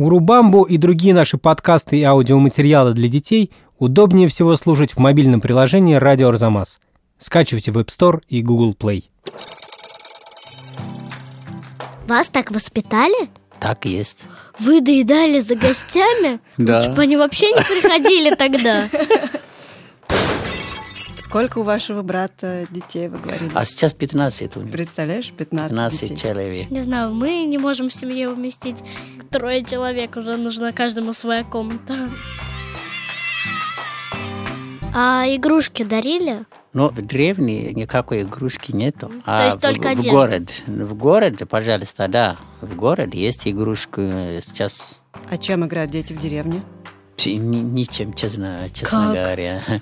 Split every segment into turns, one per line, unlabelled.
Урубамбу и другие наши подкасты и аудиоматериалы для детей удобнее всего слушать в мобильном приложении «Радио Арзамас». Скачивайте в App Store и Google Play.
Вас так воспитали?
Так есть.
Вы доедали за гостями?
Да.
Чтоб они вообще не приходили тогда.
Сколько у вашего брата детей, вы говорили?
А сейчас 15 у него.
Представляешь, 15,
15
детей.
человек.
Не знаю, мы не можем в семье уместить трое человек, уже нужна каждому своя комната. А игрушки дарили?
Но в древней никакой игрушки нету. А
То есть
в-
только
в,
дед.
город. В городе, пожалуйста, да. В городе есть игрушка э, сейчас.
А чем играют дети в деревне?
Ти- ни- Ничем, честно, честно
Как?
говоря.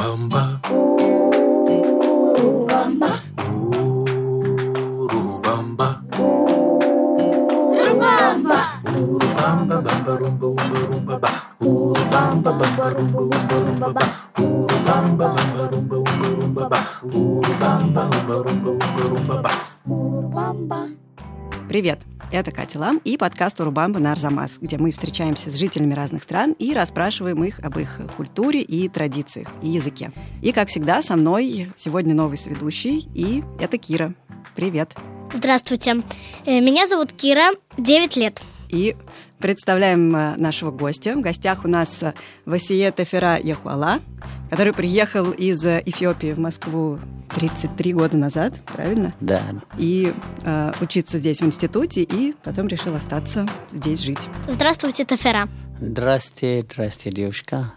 Urubamba. Urubamba. Urubamba. Urubamba. Rumba, rumba, rumba, ba. Urubamba, bamba, rumba, rumba, rumba, ba. Urubamba, bamba, rumba, rumba, rumba, ba. Urubamba, rumba, rumba, rumba, rumba, ba.
Привет! Это Катя Лам и подкаст «Урубамба» на Арзамас, где мы встречаемся с жителями разных стран и расспрашиваем их об их культуре и традициях, и языке. И, как всегда, со мной сегодня новый сведущий, и это Кира. Привет!
Здравствуйте. Э, Меня зовут Кира, 9 лет.
И представляем э, нашего гостя. В гостях у нас э, Васие Тефера Яхуала, который приехал из э, Эфиопии в Москву 33 года назад, правильно?
Да.
И э, учиться здесь в институте, и потом решил остаться здесь жить.
Здравствуйте, Тафера.
Здрасте, здрасте, девушка.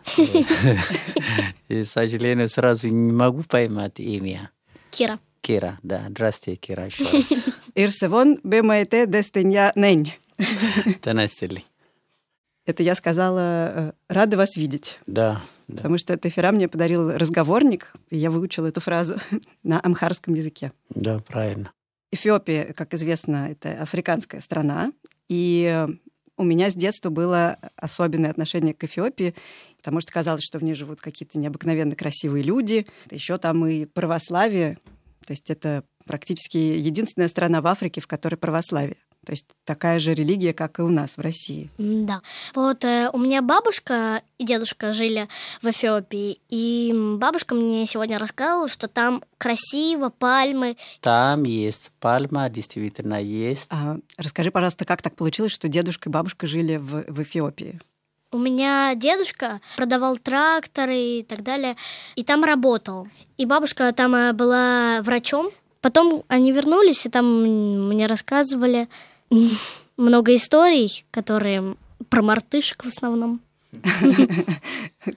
И, к сожалению, сразу не могу поймать имя.
Кира.
Кира, да. Здрасте, Кира, еще раз.
Ирсевон бемаэте дестенья нэнь.
Здрасте, Ли.
Это я сказала э, «рада вас видеть»,
Да, да.
потому что Тефера мне подарил разговорник, и я выучила эту фразу на амхарском языке.
Да, правильно.
Эфиопия, как известно, это африканская страна, и у меня с детства было особенное отношение к Эфиопии, потому что казалось, что в ней живут какие-то необыкновенно красивые люди, еще там и православие, то есть это практически единственная страна в Африке, в которой православие. То есть такая же религия, как и у нас в России.
Да. Вот э, у меня бабушка и дедушка жили в Эфиопии, и м, бабушка мне сегодня рассказывала, что там красиво, пальмы.
Там есть пальма, действительно есть.
А расскажи, пожалуйста, как так получилось, что дедушка и бабушка жили в, в Эфиопии?
У меня дедушка продавал тракторы и так далее, и там работал. И бабушка там э, была врачом. Потом они вернулись, и там м, мне рассказывали м, много историй, которые м, про мартышек в основном.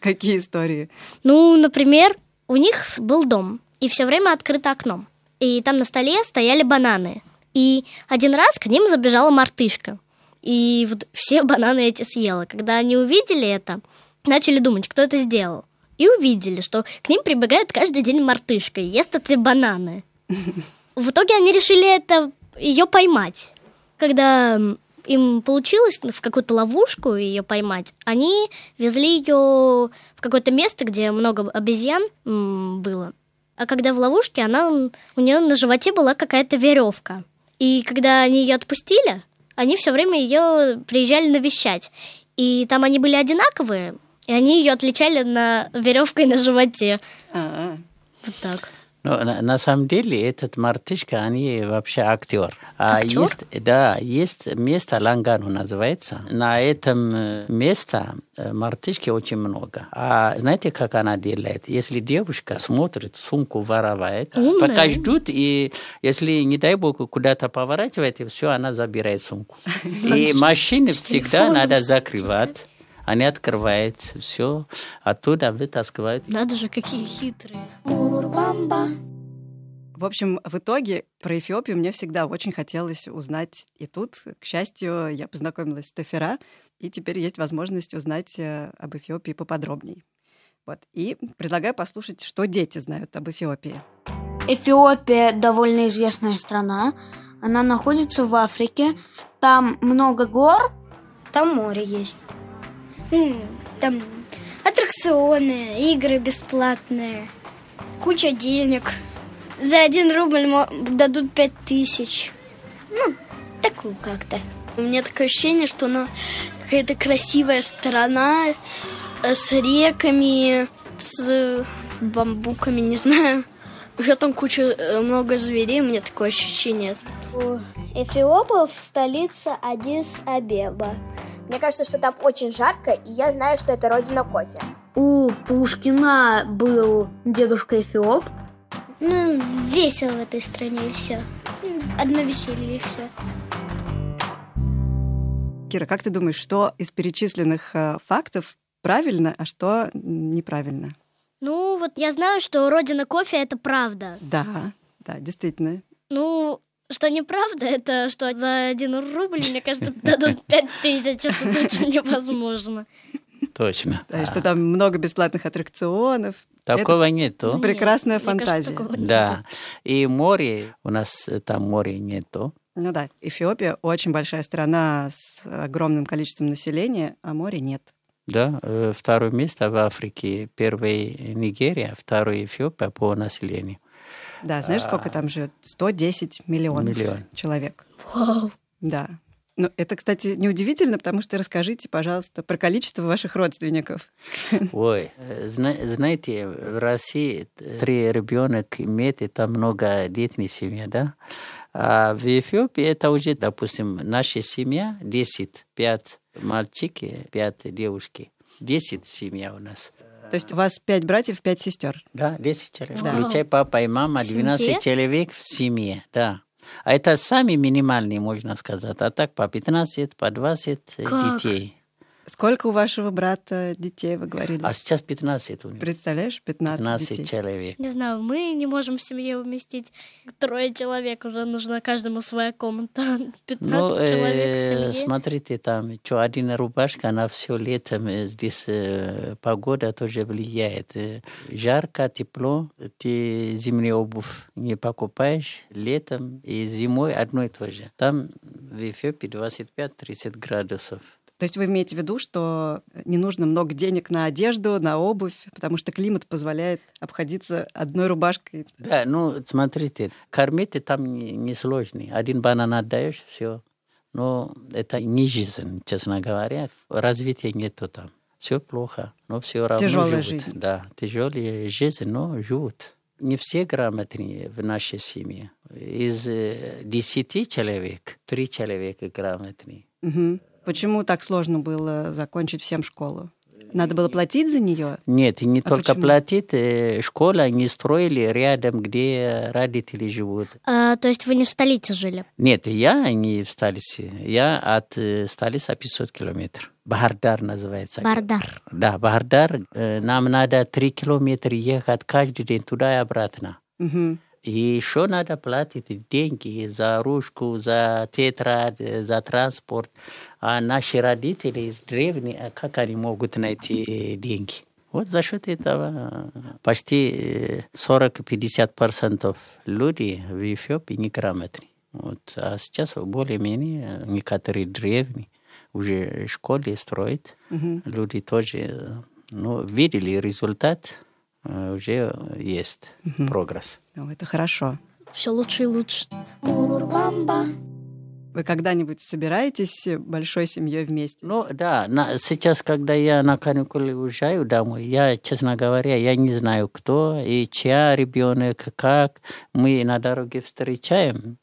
Какие истории?
Ну, например, у них был дом, и все время открыто окно. И там на столе стояли бананы. И один раз к ним забежала мартышка. И вот все бананы эти съела. Когда они увидели это, начали думать, кто это сделал. И увидели, что к ним прибегает каждый день мартышка и ест эти бананы. В итоге они решили это ее поймать. Когда м, им получилось в какую-то ловушку ее поймать, они везли ее в какое-то место, где много обезьян м, было. А когда в ловушке, она, м, у нее на животе была какая-то веревка. И когда они ее отпустили, они все время ее приезжали навещать. И там они были одинаковые, и они ее отличали на веревкой на животе.
А,
Вот так.
Но на, на самом деле этот мартышка, они вообще актер. А
Актер?
есть, да, есть место Лангану называется. На этом э, место э, мартышки очень много. А знаете, как она делает? Если девушка смотрит, сумку воровает,
Умная.
пока ждут, и если, не дай бог, куда-то поворачивает, все, она забирает сумку. И машины всегда
телефоном,
надо
с
закрывать. Они открывают все, оттуда вытаскивают.
Надо же, какие хитрые.
В общем, в итоге про Эфиопию мне всегда очень хотелось узнать. И тут, к счастью, я познакомилась с Тефера, и теперь есть возможность узнать э, об Эфиопии поподробнее. Вот. И предлагаю послушать, что дети знают об Эфиопии.
Эфиопия довольно известная страна. Она находится в Африке. Там много гор.
Там море есть. Там аттракционы, игры бесплатные, куча денег. За один рубль мо- дадут пять тысяч. Ну, такую как-то.
У меня такое ощущение, что она какая-то красивая страна э, с реками, с э, бамбуками, не знаю. Уже там куча, э, много зверей, у меня такое ощущение.
У эфиопов столица Адис-Абеба.
Мне кажется, что там очень жарко, и я знаю, что это родина кофе.
У Пушкина был дедушка Эфиоп.
Ну, весело в этой стране и все. Одно веселье и все.
Кира, как ты думаешь, что из перечисленных э, фактов правильно, а что неправильно?
Ну, вот я знаю, что родина кофе — это правда.
Да, да, действительно.
Ну, что неправда, это что за один рубль, мне кажется, дадут пять тысяч. Это точно невозможно.
Точно.
Да, и Э, Что там много бесплатных аттракционов.
Такого нету.
Прекрасная
Нет, мне кажется,
фантазия.
такого нету.
Ну, Да. И море, у нас э, там моря нету.
Ну да, Эфиопия очень большая страна с огромным количеством населения, а моря нет.
Да, э, второе место в Африке. Первое Нигерия, второе Эфиопия по населению.
Да, знаешь, сколько
А.
там живет? 110 миллионов
Миллион.
человек.
Вау.
Да. Ну, это, кстати, неудивительно, потому что расскажите, пожалуйста, про количество ваших родственников.
Ой, э, зна- знаете, в России три ребенок имеет, это многодетная семья, да? А в Эфиопии это уже, допустим, наша семья 10, 5 мальчики, 5 девушки. 10 семья у нас.
То есть у вас пять братьев, пять сестер.
Да, 10 человек.
Вау.
Включай папа и мама,
В семье?
12 человек в семье, да. А это самый минимальный, можно сказать. А так по 15, по 20
Как?
детей.
Сколько у вашего брата детей, вы говорили?
А сейчас 15 у них.
Представляешь, 15,
15
детей.
человек.
Не знаю, мы не можем в семье уместить трое человек, уже нужна каждому своя комната. 15
Ну, э,
человек в семье.
смотрите, там что один рубашка на все летом э, здесь э, погода тоже влияет. Э, Жарко, тепло, ты зимнюю обувь не покупаешь летом и зимой одно и то же. Там в Эфиопии 25-30 градусов.
То есть вы имеете в виду, что не нужно много денег на одежду, на обувь, потому что климат позволяет обходиться одной рубашкой.
Да, ну смотрите, кормить там не- несложно. Один банан отдаешь, все. Но это не жизнь, честно говоря. Развития нету там. Все плохо, но все равно
Тяжёлая
живут.
жизнь.
Да, тяжелая жизнь, но живут. Не все грамотные в нашей семье. Из э, десяти человек, три человека грамотные.
Мгм. Почему так сложно было закончить всем школу? Надо было платить за нее?
Нет, не
А
только
почему?
платить. э, Школа не строили рядом, где родители живут.
А, то есть вы не в столице жили?
Нет, я не в столице. Я от э, столицы 500 километров. Бахардар называется.
Бардар.
Да, Бахардар. э, Нам надо 3 километра ехать каждый день туда и обратно.
Мгм.
И еще надо платить деньги за ручку, за тетрад, э, за транспорт. А наши родители из деревни, а как они могут найти э, деньги? Вот за счет этого э, почти э, 40-50% людей в Эфиопии неграмотны. Вот. А сейчас более-менее э, некоторые деревни уже школы строят. Люди тоже э, ну, видели результат, э, уже есть прогресс.
Ну, это хорошо.
Все лучше и лучше.
Вы когда-нибудь собираетесь большой семьей вместе?
Ну да, на- сейчас, когда я на каникулы уезжаю домой, я, честно говоря, я не знаю, кто и чья ребенок, как. Мы на дороге встречаем.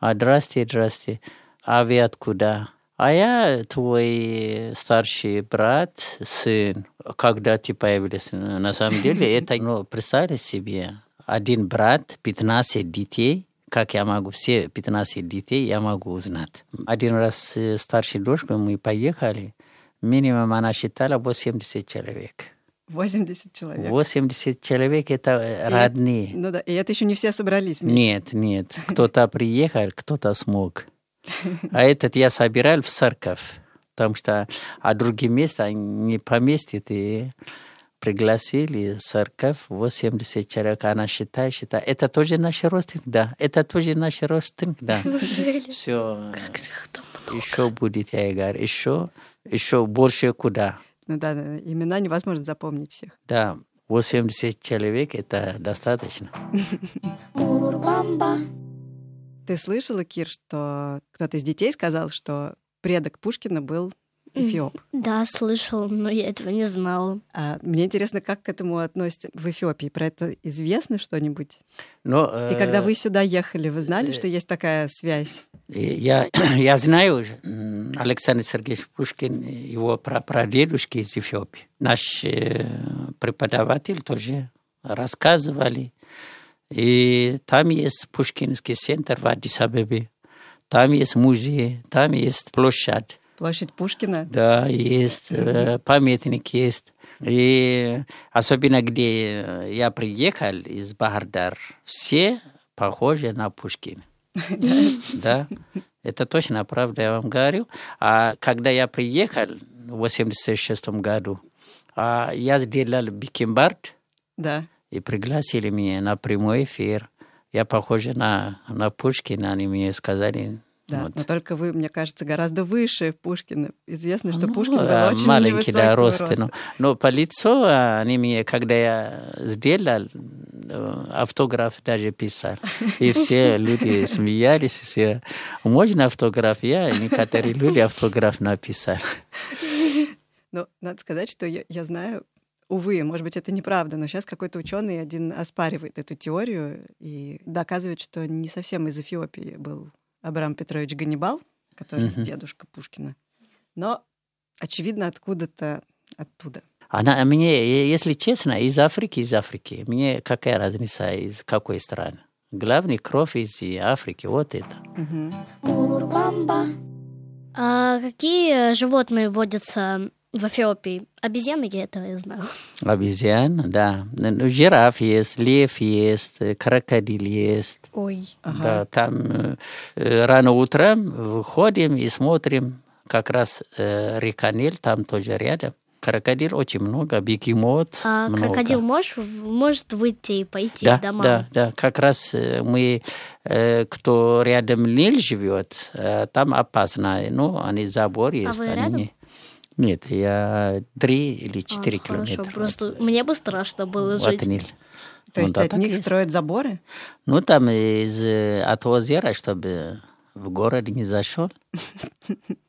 А здрасте, здрасте. А вы откуда? А я твой старший брат, сын. Когда ты появился? Ну, На самом деле, это, ну, представьте себе, один брат, 15 детей, как я могу, все 15 детей я могу узнать. Один раз с старшей дочкой мы поехали, минимум она считала 80 человек.
80 человек.
80 человек это э, родные.
Ну да, и это еще не все собрались вместе.
Нет, нет, кто-то приехал, кто-то смог. А этот я собирал в церковь, потому что а другие места не поместит. И пригласили в церковь 80 человек, она считает, считает. Это тоже наш родственник, да. Это тоже наш родственник, да.
Неужели?
Все,
Как же их там много?
еще будет, я и говорю, еще, еще больше куда.
Ну да, да, имена невозможно запомнить всех.
Да, 80 человек это достаточно.
Ты слышала, Кир, что кто-то из детей сказал, что предок Пушкина был Эфиоп?
Да, слышала, но я этого не знала.
А мне интересно, как к этому относятся в Эфиопии? Про это известно что-нибудь?
Но, э,
И когда вы сюда ехали, вы знали, что есть такая связь?
Я, я знаю, м, Александр Сергеевич Пушкин, его пра- прадедушки из Эфиопии. Наш э, преподаватель тоже рассказывали. И там есть Пушкинский центр в Адис-Абебе. Там есть музей, там есть площадь.
Площадь Пушкина?
Да, есть, э, памятник есть. И особенно где э, я приехал из Бахардар, все похожи на Пушкина. Да, это точно правда, я вам говорю. А когда я приехал в 86 году, а, я сделал бикимбард
Да.
и пригласили меня на прямой эфир. Я похожа на, на Пушкина, они мне сказали.
Да,
вот.
но только вы, мне кажется, гораздо выше Пушкина. Известно, что
Ну,
Пушкин был
а,
очень
маленький, да,
невысокого
рост. ну.
роста.
Но, но по лицу а, они мне, когда я сделал, э, автограф даже писал. И все люди смеялись. Все. Можно автограф? Я, и некоторые люди автограф написали.
Но надо сказать, что я, я знаю, увы, может быть, это неправда, но сейчас какой-то ученый один оспаривает эту теорию и доказывает, что не совсем из Эфиопии был Абрам Петрович Ганнибал, который
Мгм.
дедушка Пушкина, но, очевидно, откуда-то оттуда.
Она мне, э, если честно, из Африки, из Африки. Мне какая разница, из какой страны? Главный кровь из Африки, вот это.
А какие животные водятся в Эфиопии? Обезьяны, я этого не знаю.
Обезьян, да. Ну, Жираф есть, лев есть, э, крокодил есть.
Ой.
Да, там э, э, рано утром выходим и смотрим, как раз э, река Нил там тоже рядом. Крокодил очень много, бегемот
А
много.
крокодил можешь, в- может выйти и пойти
да,
к домам?
да, да, как раз э, мы, э, кто рядом Нил живет, э, там опасно. Ну, они забор есть.
А вы
они
рядом?
не- Нет, я три или
А,
четыре
хорошо,
километра.
просто мне бы страшно было
Вот
жить.
Нил.
То
Ну
есть
да,
от
так
них
есть.
строят заборы?
Ну, там из, э, от озера, чтобы в город не зашел.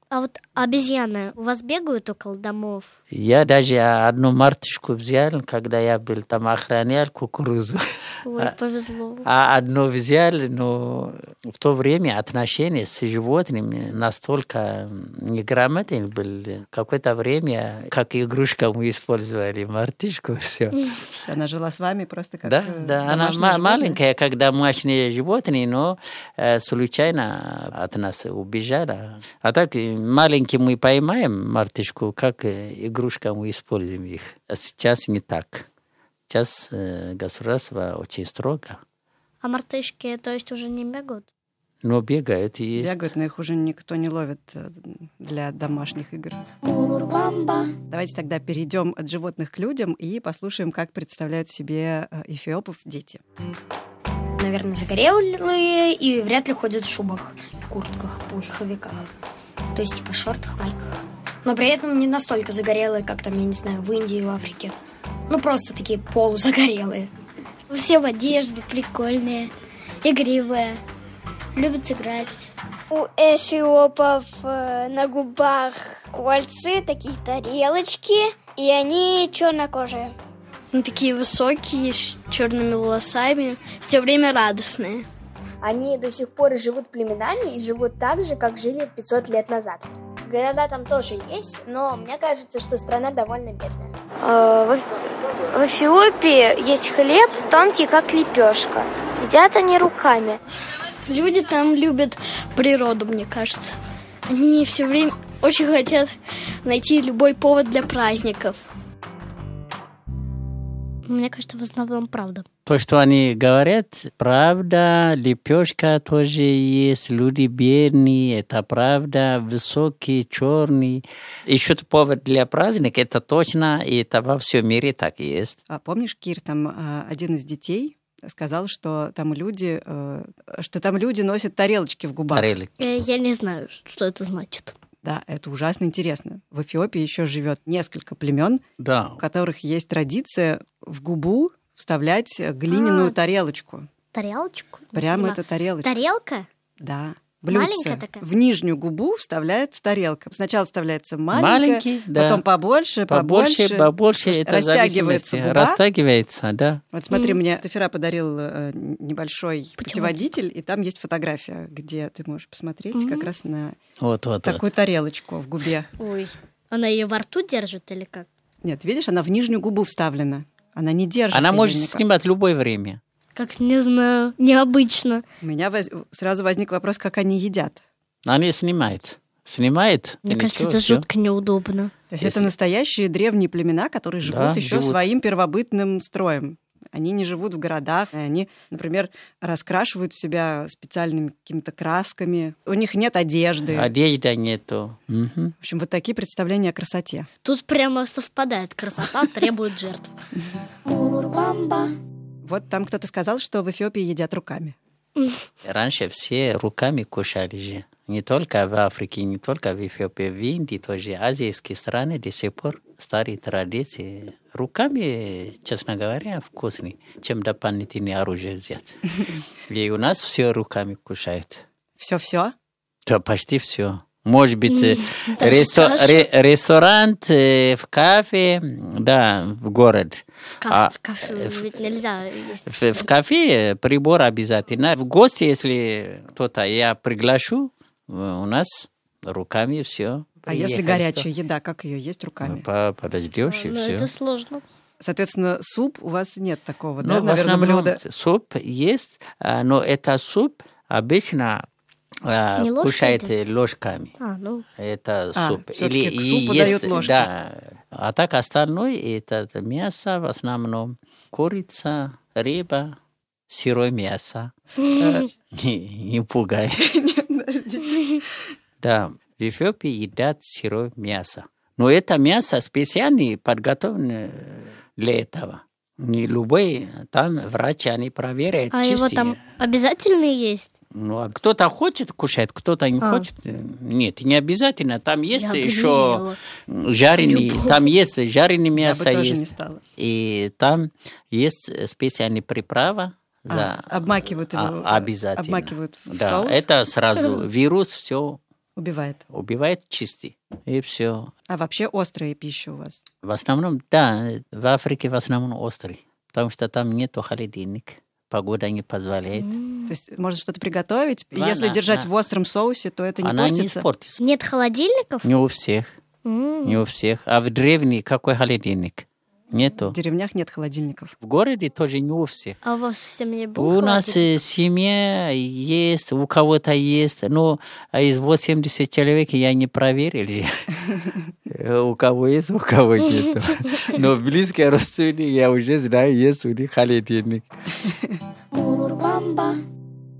А вот обезьяны у вас бегают около домов?
Я даже одну мартышку взял, когда я был там охранял кукурузу.
Ой, повезло.
А одну взял, но в то время отношения с животными настолько неграмотен был. Какое-то время, как игрушка мы использовали мартышку, все.
Она жила с вами просто как
Да,
э,
да, она
домашнее
ма-
животное?
маленькая, как домашнее животное, но э, случайно от нас убежала. А так э, маленький мы поймаем мартышку, как э, игрушка мы используем их. А сейчас не так. Сейчас э, государство очень строго,
А мартышки, то есть, уже не бегают?
но бегают и есть.
Бегают, но их уже никто не ловит э, для домашних игр. Давайте тогда перейдем от животных к людям и послушаем, как представляют себе э, эфиопов дети.
Наверное, загорелые и вряд ли ходят в шубах, в куртках, пуховиках. То есть, типа, шортах, майках. Но при этом не настолько загорелые, как там, я не знаю, в Индии и в Африке. Ну, просто такие полузагорелые.
Все в одежде прикольные, игривые, любят играть. У эфиопов э, на губах кольцы, такие тарелочки, и они чернокожие.
Ну, такие высокие, с черными волосами, все время радостные.
Они до сих пор живут племенами и живут так же, как жили 500 лет назад. Города там тоже есть, но мне кажется, что страна довольно бедная.
В Эфиопии есть хлеб тонкий, как лепешка. Едят они руками.
Люди там любят природу, мне кажется. Они все время очень хотят найти любой повод для праздников.
Мне кажется, в основном правда.
То, что они говорят, правда, лепешка тоже есть, люди бедные, это правда, высокие, черные. Еще повод для праздника, это точно, и это во всем мире так есть.
А помнишь, Кир, там э, один из детей сказал, что там люди, э, что там люди носят тарелочки в губах.
Карелик.
Э, Я не знаю, что это значит.
Да, это ужасно интересно. В Эфиопии еще живет несколько племен,
Да.
у которых есть традиция в губу вставлять э, глиняную
А.
тарелочку.
Тарелочку? Не
Прямо
понимаю.
эта тарелочка.
Тарелка?
Да. Блюдце.
Маленькая такая?
В нижнюю губу вставляется тарелка. Сначала вставляется маленькая,
Маленький, да.
потом побольше, побольше.
побольше, побольше
То есть
это
растягивается
зависимости.
губа.
Растягивается, да.
Вот смотри,
Мгм.
мне Тафера подарил э, небольшой
Путеводитель.
путеводитель, и там есть фотография, где ты можешь посмотреть
Мгм.
как раз на
Вот, вот.
такую тарелочку в губе.
Ой. Она ее во рту держит или как?
Нет, видишь, она в нижнюю губу вставлена. Она не держит.
Она
её
может
никак.
снимать любое время.
Как, не знаю, необычно.
У меня воз- сразу возник вопрос, как они едят.
Она снимает. Снимает.
Мне
и
кажется,
ничего,
это
всё.
жутко неудобно.
То есть
Если-
это настоящие древние племена, которые живут
Да,
еще
живут.
своим первобытным строем. Они не живут в городах, и они, например, раскрашивают себя специальными какими-то красками. У них нет одежды.
А Одежды нету. Мгм.
В общем, вот такие представления о красоте.
Тут прямо совпадает. Красота требует жертв.
Вот там кто-то сказал, что в Эфиопии едят руками.
Раньше все руками кушали же. Не только в Африке, не только в Эфиопии, в Индии тоже. Азийские страны до сих пор старые традиции. Руками, честно говоря, вкуснее, чем дополнительное оружие взять. И у нас все руками кушают.
Все-все.
Да, почти все. Может быть, э,
так же
ресто-
хорошо.
ре- ресторан, э, в кафе, да, в город.
В
А,
кафе, в кафе ведь нельзя есть.
В, в кафе э, прибор обязательно. В гости, если кто-то я приглашу, э, у нас руками все.
А если горячая еда, как ее есть
Ну,
Ну, руками?
Подождешь и
Но
все.
это сложно.
Соответственно, суп у вас нет такого,
Ну,
да,
в
наверное,
основном
блюда.
суп есть, а, но это суп обычно а,
Не ложкой
кушает
это?
э, ложками.
А, ну,
Это
А,
суп.
всё-таки к
и
супу
есть,
дают ложки.
Да. А так остальное это мясо в основном. Курица, рыба, сырое мясо.
Э,
Не, не пугай.
подожди.
Да, в Эфиопии едят сырое мясо. Но это мясо специально подготовлено э, для этого. Не любой, там врачи, они проверяют
а его
чистые.
там обязательно есть?
Ну, а кто-то хочет кушать, кто-то не
А.
хочет. э, Нет, не обязательно. Там есть
Я бы
еще
ела.
жареные, там есть жареное
Я бы
мясо,
тоже не
есть,
стала.
и там есть специальные приправы. за-
А, обмакивают его,
А, обязательно.
обмакивают в
да,
соус?
это сразу вирус, все
Убивает.
убивает чистый. И все.
А вообще острая пища у вас.
В основном, да, в Африке в основном острый, потому что там нету холодильник, погода не позволяет.
То есть можно что-то приготовить. и
Да,
Если
да,
держать
да.
в остром соусе, то это не
Она не
портится.
испортится.
Нет холодильников?
Не у всех,
М.
не у всех. А в древний какой холодильник? Нету.
В деревнях нет холодильников.
В городе тоже не у всех.
А у вас в семье был
У нас
холодильник?
э, семья есть, у кого-то есть, но а из 80 человек я не проверил, же. Э, у кого есть, у кого нет. Но близкие родственники, я уже знаю, есть у них холодильник.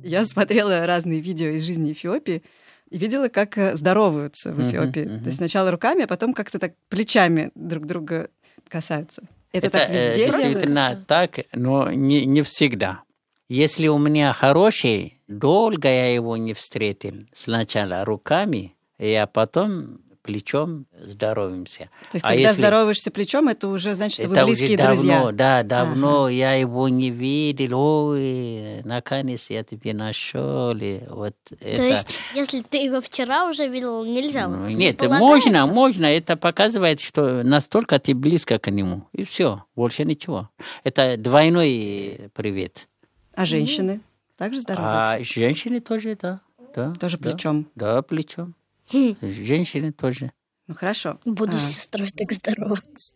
Я смотрела разные видео из жизни Эфиопии и видела, как э, здороваются в
Мгм,
Эфиопии.
мгм.
То есть сначала руками, а потом как-то так плечами друг друга касаются. Это, так
э,
везде?
действительно так, но не, не всегда. Если у меня хороший, долго я его не встретил. Сначала руками, а потом плечом здоровимся.
То есть
А
когда
если-
здороваешься плечом, это уже значит, что вы
Это уже
близкие
давно,
друзья.
да, давно я его не видел. Ой, наконец я тебя нашел. И Вот
То есть, если ты его вчера уже видел, нельзя? вот, не
нет,
полагается?
можно, а можно. Это показывает, что настолько ты близко к нему. И все, больше ничего. Это двойной привет.
А женщины также здороваются?
А женщины тоже, да. да
Тоже
А, да.
плечом.
Да, плечом.
Хм.
Женщины тоже.
Ну хорошо.
Буду
А,
с сестрой так здороваться.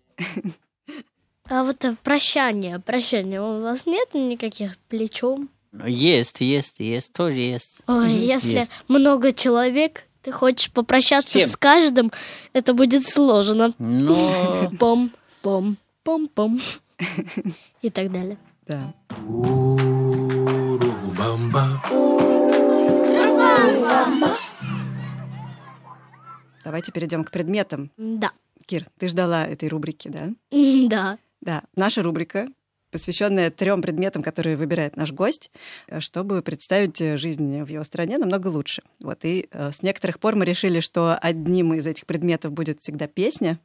А вот э, прощание, прощание, у вас нет никаких плечом?
Но Есть, есть, есть, тоже есть.
Ой, если
Есть.
много человек, ты хочешь попрощаться
С кем?
с каждым, это будет сложно.
Но
Пом, пом, пом, пом. И так далее.
да. Давайте перейдем к предметам.
Да.
Кир, ты ждала этой рубрики, да?
Да.
Да, наша рубрика, посвященная трем предметам, которые выбирает наш гость, э, чтобы представить э, жизнь в его стране намного лучше. Вот и э, с некоторых пор мы решили, что одним из этих предметов будет всегда песня,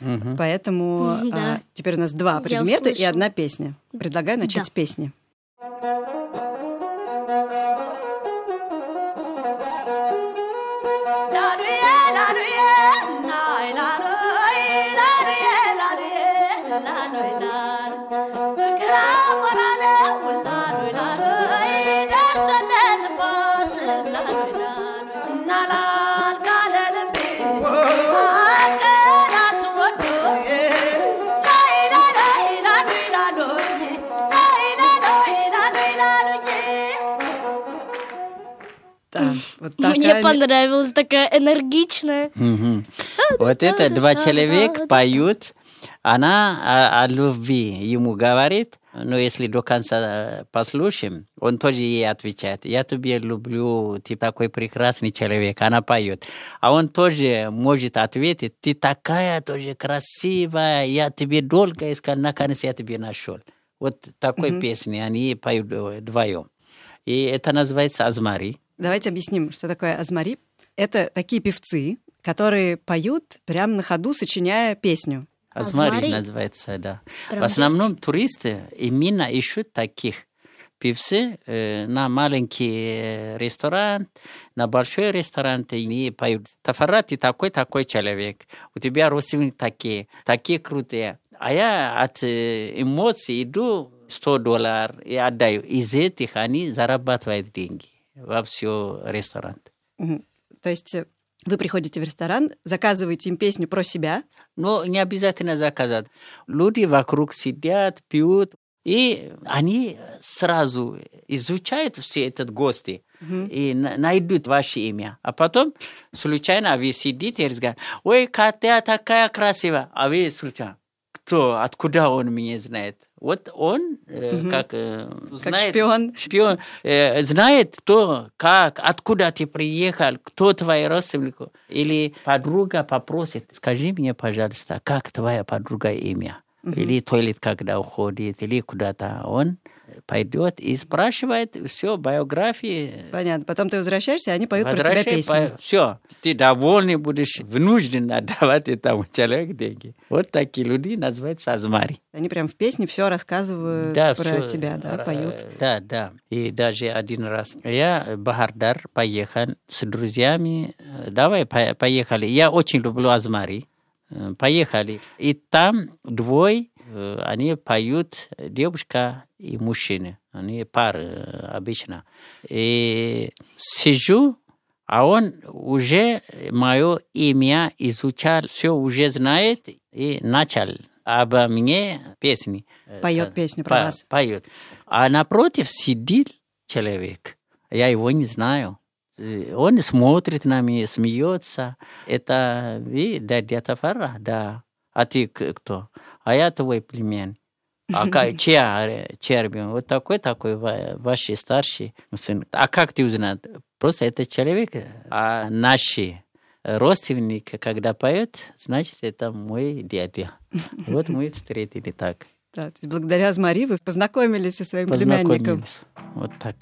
Мгм.
поэтому
Мгм, да.
а, теперь у нас два
Я
предмета и
услышала.
одна песня. Предлагаю начать
Да.
с песни. Да, вот
Мне
такая-
понравилась такая энергичная.
Мгм. Вот это два человека поют, она о, о любви ему говорит, но если до конца э, послушаем, он тоже ей отвечает, я тебя люблю, ты такой прекрасный человек, она поет. А он тоже может ответить, ты такая тоже красивая, я тебе долго искал, наконец я тебя нашел. Вот такой песни они поют вдвоем. И это называется «Азмари».
Давайте объясним, что такое азмари. Это такие певцы, которые поют прямо на ходу, сочиняя песню.
Азмари
Азмари?
А называется, да.
Прям
В основном туристы именно ищут таких певцы э, на маленький э, ресторан, на большой ресторан, и они поют. Тафарат, ты такой-такой человек, у тебя родственники такие, такие крутые. А я от э, эмоций иду 100 долларов и отдаю. Из этих они зарабатывают деньги во все ресторан.
Мгм. То есть э, вы приходите в ресторан, заказываете им песню про себя.
Но не обязательно заказать. Люди вокруг сидят, пьют, и они сразу изучают все этот гости и на- найдут ваше имя. А потом случайно вы сидите и разговариваете. Ой, Катя такая красивая. А вы случайно. Кто? Откуда он меня знает? Вот он, э,
Мгм.
как, э, знает,
шпион.
шпион, э, знает, кто, как, откуда ты приехал, кто твои родственники. Или подруга попросит, скажи мне, пожалуйста, как твоя подруга имя?
Мгм.
Или туалет, когда уходит, или куда-то он пойдет и спрашивает все, биографии.
Понятно. Потом ты возвращаешься, и они поют про тебя песню.
все, ты довольный будешь, вынужден отдавать этому человеку деньги. Вот такие люди называются азмари.
Они прям в песне все рассказывают
Да,
про
всё,
тебя, да,
э,
поют.
Да, да. И даже один раз я в Бахардар поехал с друзьями. Э, Давай по- поехали. Я очень люблю Азмари. Э, Поехали. И там двое, э, они поют, э, девушка и мужчина. Они пары э, обычно. И сижу, а он уже мое имя изучал, все уже знает и начал обо мне песни.
Поет
Э,
песню про
по-
вас.
Поет. А напротив сидит человек. Я его не знаю. Э, Он смотрит на меня, смеется. Это вы, дядя Тафара? Да. А ты к- кто? А я твой племен. А как, чья, э, чья ребенок? Вот такой, такой, ва- ваш старший сын. А как ты узнал? Просто этот человек, э, а наши родственники, когда поет, значит, это мой дядя. Вот мы и встретили так.
Да, то есть благодаря Азмари вы познакомились со своим племянником.
Познакомились. Вот так.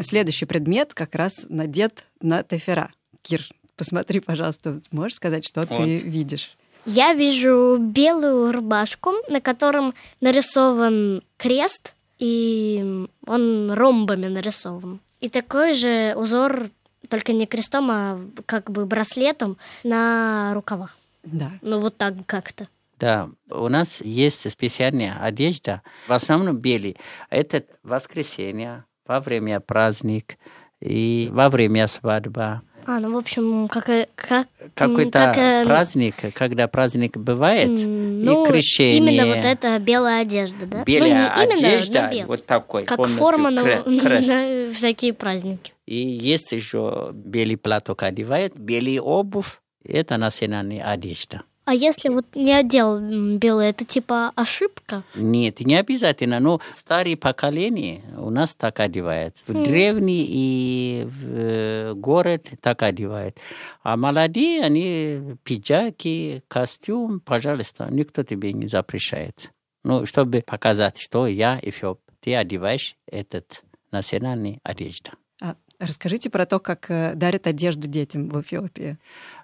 Следующий предмет как раз надет на тефера. Кир, посмотри, пожалуйста, можешь сказать, что
Вот.
ты видишь?
Я вижу белую рубашку, на котором нарисован крест, и он ромбами нарисован. И такой же узор, только не крестом, а как бы браслетом на рукавах.
Да.
Ну вот так как-то.
Да, у нас есть специальная одежда, в основном белый. Это воскресенье, во время праздник и во время свадьба.
А, ну в общем, как, и- как м,
Какой-то
как, э,
праздник, когда праздник бывает,
м,
и
ну,
крещение.
Именно вот эта белая одежда, да?
Белая
ну, не именно, но
одежда,
белая.
вот такой,
Как
полностью
форма на,
кре- крест.
на всякие праздники.
И есть еще белый платок одевает, белый обувь. Это национальная одежда.
А если вот не одел м, белый, это типа ошибка?
Нет, не обязательно, но старые поколения у нас так одевают. В
Мгм.
древний и в э, город так одевают. А молодые, они пиджаки, костюм, пожалуйста, никто тебе не запрещает. Ну, чтобы показать, что я эфиоп, ты одеваешь этот национальный одежда.
А расскажите про то, как э, дарят одежду детям в Эфиопии.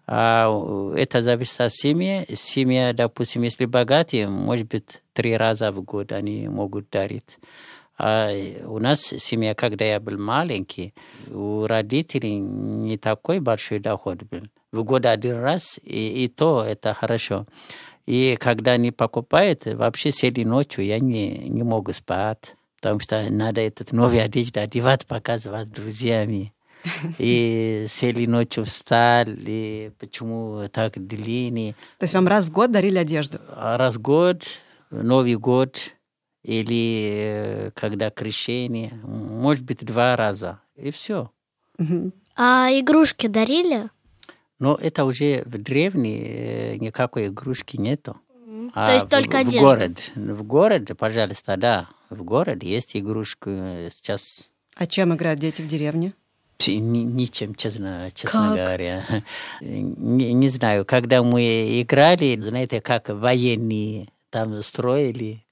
А, у- это зависит от семьи. Семья, допустим, если богатые, может быть, три раза в год они могут дарить. А у нас семья, когда я был маленький, у родителей не такой большой доход был. В год один раз, и, и то это хорошо. И когда они покупают, вообще сели ночью, я не, не могу спать, потому что надо этот новый одежду одевать, показывать друзьями. И сели ночью встали, почему так длинный.
То есть вам раз в год дарили одежду?
Раз в год, Новый год или э, когда крещение, может быть, два раза, и все.
А игрушки дарили?
Но это уже в древней э, никакой игрушки нету. А
То есть только
в,
одежда?
В город, в город, пожалуйста, да. В город есть игрушка э, сейчас.
А чем играют дети в деревне?
Пи- ни- Ничем, честно, честно говоря. Не, не знаю, когда мы играли, знаете, как военные там строили,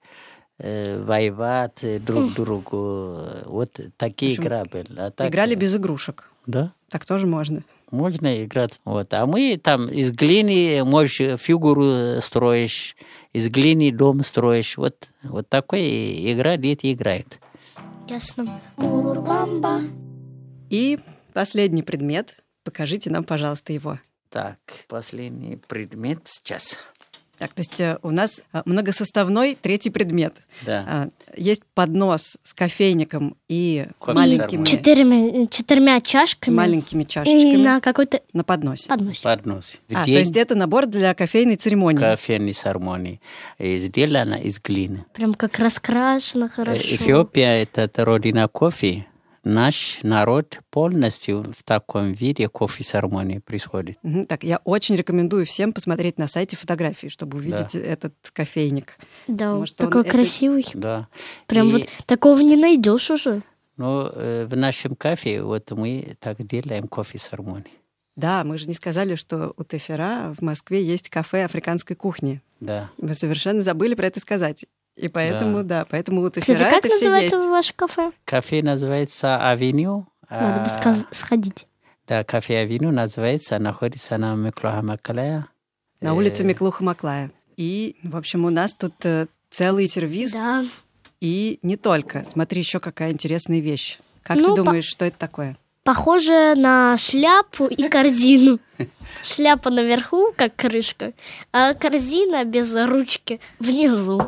э, воевать друг другу. Вот такие
общем,
игры были. А так-
Играли без игрушек.
Да.
Так тоже можно.
Можно играть. Вот. А мы там из глины можешь фигуру строишь, из глины дом строишь. Вот, вот такой игра дети играют.
Ясно.
И последний предмет. Покажите нам, пожалуйста, его.
Так, последний предмет сейчас.
Так, то есть э, у нас э, многосоставной третий предмет.
Да.
А, Есть поднос с кофейником и
Кофе
маленькими,
с
Четырьмя, четырьмя чашками
маленькими
и
чашечками на...
на какой-то
подносе.
подносе.
Поднос.
А, то есть это набор для кофейной церемонии.
кофейной церемонии. И Сделано из глины.
Прям как раскрашено
Э,
хорошо.
Эфиопия – это т- родина кофе. Наш народ полностью в таком виде кофе церемонии происходит.
Мгм, Так, я очень рекомендую всем посмотреть на сайте фотографии, чтобы увидеть этот кофейник.
Да,
Может, он
такой
это-
красивый.
Да.
Прям
И-
вот такого не найдешь уже.
Ну, э, в нашем кафе вот мы так делаем кофе с армонией.
Да, мы же не сказали, что у Тефера в Москве есть кафе африканской кухни.
Да.
Мы совершенно забыли про это сказать. И поэтому, да, поэтому у Тефера
Кстати, как
это все
называется
есть.
ваше кафе?
Кафе называется «Авеню».
Надо
а,
бы сказ- сходить.
Да, кафе «Авеню» называется, находится на Миклохамакалая. Э.
На улице Миклуха-Маклая. И, в общем, у нас тут э, целый сервис.
Да.
И не только. Смотри, еще какая интересная вещь. Как
Ну,
ты
по-
думаешь, что это такое?
Похоже на шляпу и корзину. Шляпа наверху, как крышка, а корзина без ручки внизу.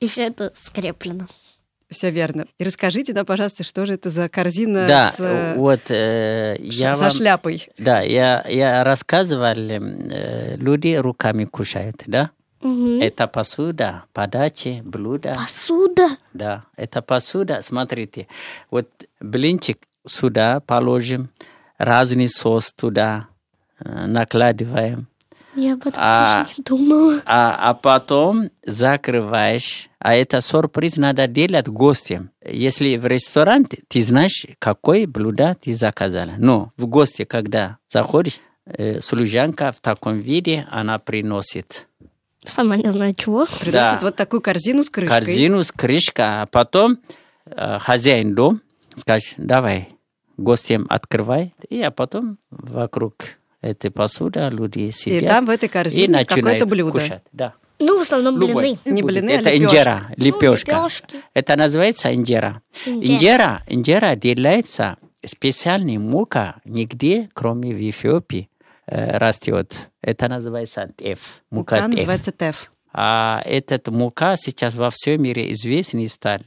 И все это скреплено.
Все верно. И расскажите нам, пожалуйста, что же это за корзина
Да,
с, э,
вот э,
ш-
я
со
вам...
шляпой?
Да, я, я рассказывал, э, люди руками кушают, да?
Мгм.
Это посуда, подачи, блюда.
Посуда.
Да, это посуда. Смотрите, вот блинчик сюда положим, разный соус туда э, накладываем,
Я об этом
А.
тоже не думала.
а, а потом закрываешь. А это сюрприз надо делать гостям. Если в ресторан, ты- ты знаешь, какое блюдо ты заказала. Но в гости, когда заходишь, э, служанка в таком виде, она приносит.
Сама не знаю чего.
Приносит
Да.
вот такую корзину с крышкой.
корзину с крышкой, а потом э, хозяин дом скажет, давай, гостям открывай, и а потом вокруг этой посуды люди
И
сидят.
там в этой корзине
начинают
какое-то блюдо.
кушать, да.
Ну, в основном блины.
Любой
Не
будет.
блины, а
Это
лепешки.
инжера, лепешка.
лепешки.
Это называется инжера.
Инжера.
Инжера, инжера делается специальная мука, нигде, кроме в Эфиопии, э, растет. Это называется теф. Мука,
Мука
теф.
называется теф.
А этот мука сейчас во всем мире известный стал.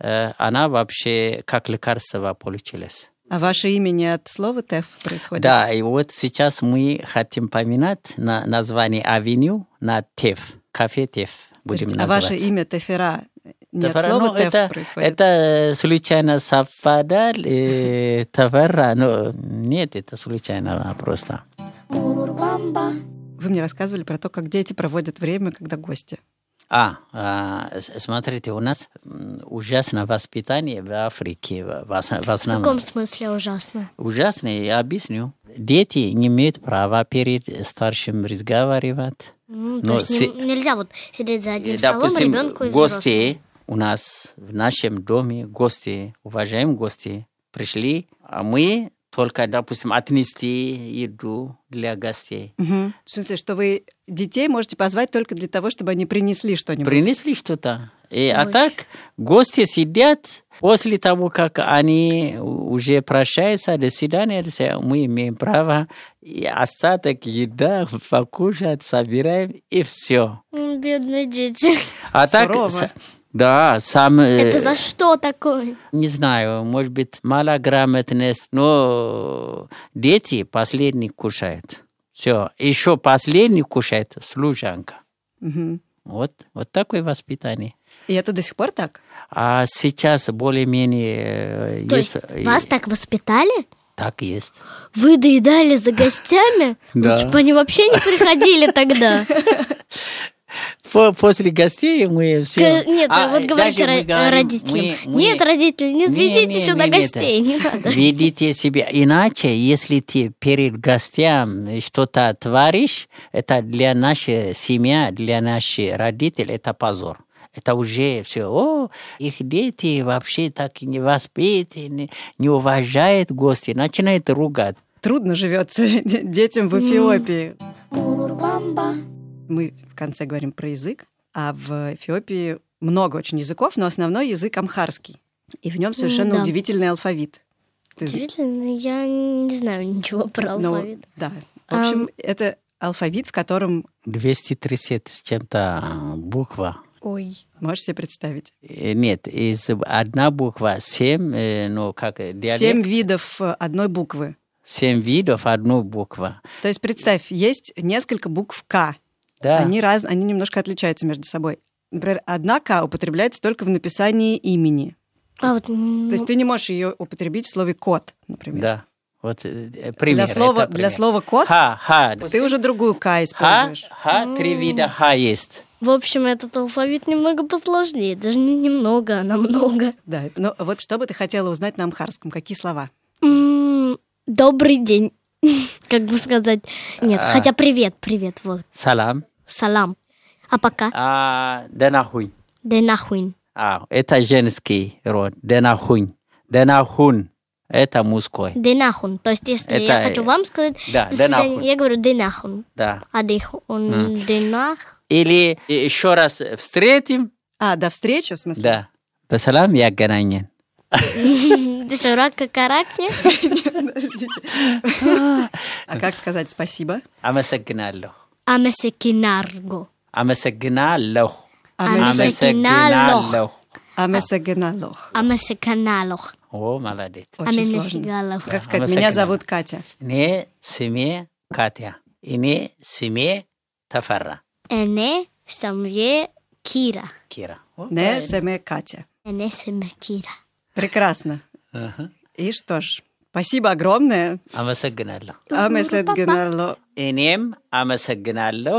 Э, Она вообще как лекарство получилась.
А ваше имя не от слова теф происходит?
Да, и вот сейчас мы хотим поминать на название авеню на ТЕФ, кафе ТЕФ
То есть,
будем
а
называть.
ваше имя Тефера не от
Тавара,
слова
ну,
теф
это,
происходит?
это случайно совпадал, э, тавара, но нет, это случайно а просто.
Вы мне рассказывали про то, как дети проводят время, когда гости.
А, а, с- смотрите, у нас м, ужасное воспитание в Африке в, в ос- в
В
основном.
каком смысле ужасно?
Ужасно, я объясню. Дети не имеют права перед старшим разговаривать.
М,
Но
Ну, То есть не-
се-
нельзя вот сидеть за одним
И,
столом
Э, допустим,
ребенку и взрослому.
гости у нас в нашем доме, гости, уважаемые гости, пришли, а мы только, допустим, отнести еду для гостей.
В смысле, что вы детей можете позвать только для того, чтобы они принесли что-нибудь.
Принесли что-то, И, а так гости сидят, после того, как они уже прощаются, до свидания, все, мы имеем право и остаток еда покушать, собираем и все.
М, Бедные дети.
А
Сурово.
так, с- да, сам... э,
Это за что такое?
не знаю, может быть, малограмотность, но дети последний кушают. Все, еще последний кушает служанка.
Мгм.
Вот, вот такое воспитание.
И это до сих пор так?
А сейчас более-менее э,
То
есть... э,
Вас так воспитали?
Так есть.
Вы доедали за гостями?
Да.
Лучше бы они вообще не приходили тогда.
По- после гостей мы все...
К- Нет,
А,
вот
э,
говорите
даже мы
ро- э,
говорим,
родителям.
мы- мы-
Нет, родители, не
Не,
ведите
не,
сюда
не, не,
гостей, не надо.
Ведите себя иначе, если ты перед гостям что-то творишь, это для нашей семьи, для наших родителей это позор. Это уже все, о, их дети вообще так и не воспитаны, не уважают гостей, начинают ругать.
Трудно живется де- детям в Эфиопии. Мы в конце говорим про язык, а в Эфиопии много очень языков, но основной язык амхарский. И в нем совершенно
да.
удивительный алфавит. Ты-
Удивительно, я не знаю ничего про
Ну,
алфавит.
Да. В общем,
Ам.
это алфавит, в котором
230 с чем-то а, буква.
Ой.
можешь себе представить.
Э, Нет, из одна буква семь, э, ну как э, диалект, семь.
Семь видов э, одной буквы.
видов, одну буква.
То есть представь, есть несколько букв К.
Да.
Они, раз, они немножко отличаются между собой. Например, одна К употребляется только в написании имени.
А вот, м,
То есть ты не можешь ее употребить в слове кот, например.
Да. Вот э, пример.
Для слова,
это
для
пример.
слова кот
ха, ха.
ты уже другую К
ха,
используешь.
ха, три вида ха есть.
в общем, этот алфавит немного посложнее. Даже не немного, а намного.
Да. Ну вот что бы ты хотела узнать на амхарском? Какие слова?
М, Добрый день. Как бы сказать. Нет,
А.
хотя привет, привет, вот.
Салам.
Салам. А пока.
А, денахуй.
Дай нахуй.
А, это женский род. Денахуй. Денахун. Это мужской.
Дай нахуй. То есть, если я
Это,
хочу
э,
вам сказать
Да,
до свидания,
денахун.
я говорю дай нахуй.
Да.
А дай ху- он дай нах.
Или еще раз встретим.
А, до встречи, в смысле?
Да. Басалам я гананин.
Сурака караки.
А как сказать спасибо?
Амасагиналло.
Амесекинарго.
Амасагиналло.
Амес-
Амес-
Амасагиналлох.
Амесагеналох.
Амесеканалох.
О, молодец.
Очень сложно.
Амесегалох.
Как сказать, меня
Амесагенал.
зовут Катя.
Не семье Катя. И не семье Тафара.
Эне самье кира.
Кира.
Не семе Катя.
Эне семе кира.
Прекрасно. И что ж, спасибо огромное.
አመሰግናለሁ።
Амесагенало.
እኔም አመሰግናለሁ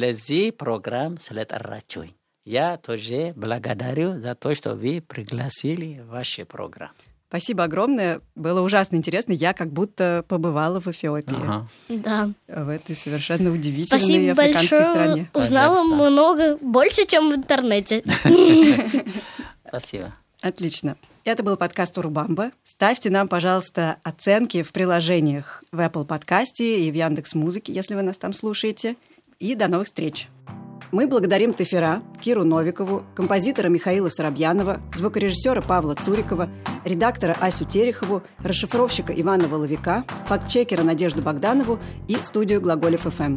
ለዚህ ፕሮግራም ስለጠራችሁኝ። ያ ቶዤ ብላጋዳሪው ዛቶች ቶቢ ፕሪግላሲሊ ቫሽ ፕሮግራም
Спасибо огромное. Было ужасно интересно. Я как будто побывала в Эфиопии.
Да.
А В этой совершенно удивительной
Спасибо
африканской
большое.
стране.
Узнала
Пожалуйста.
много, больше, чем в интернете.
ስፓሲባ
Отлично. Это был подкаст Урубамба. Ставьте нам, пожалуйста, оценки в приложениях в Apple подкасте и в Яндекс Музыке, если вы нас там слушаете. И до новых встреч. Мы благодарим Тефера, Киру Новикову, композитора Михаила Соробьянова, звукорежиссера Павла Цурикова, редактора Асю Терехову, расшифровщика Ивана Воловика, фактчекера Надежду Богданову и студию «Глаголев Эм». ФМ».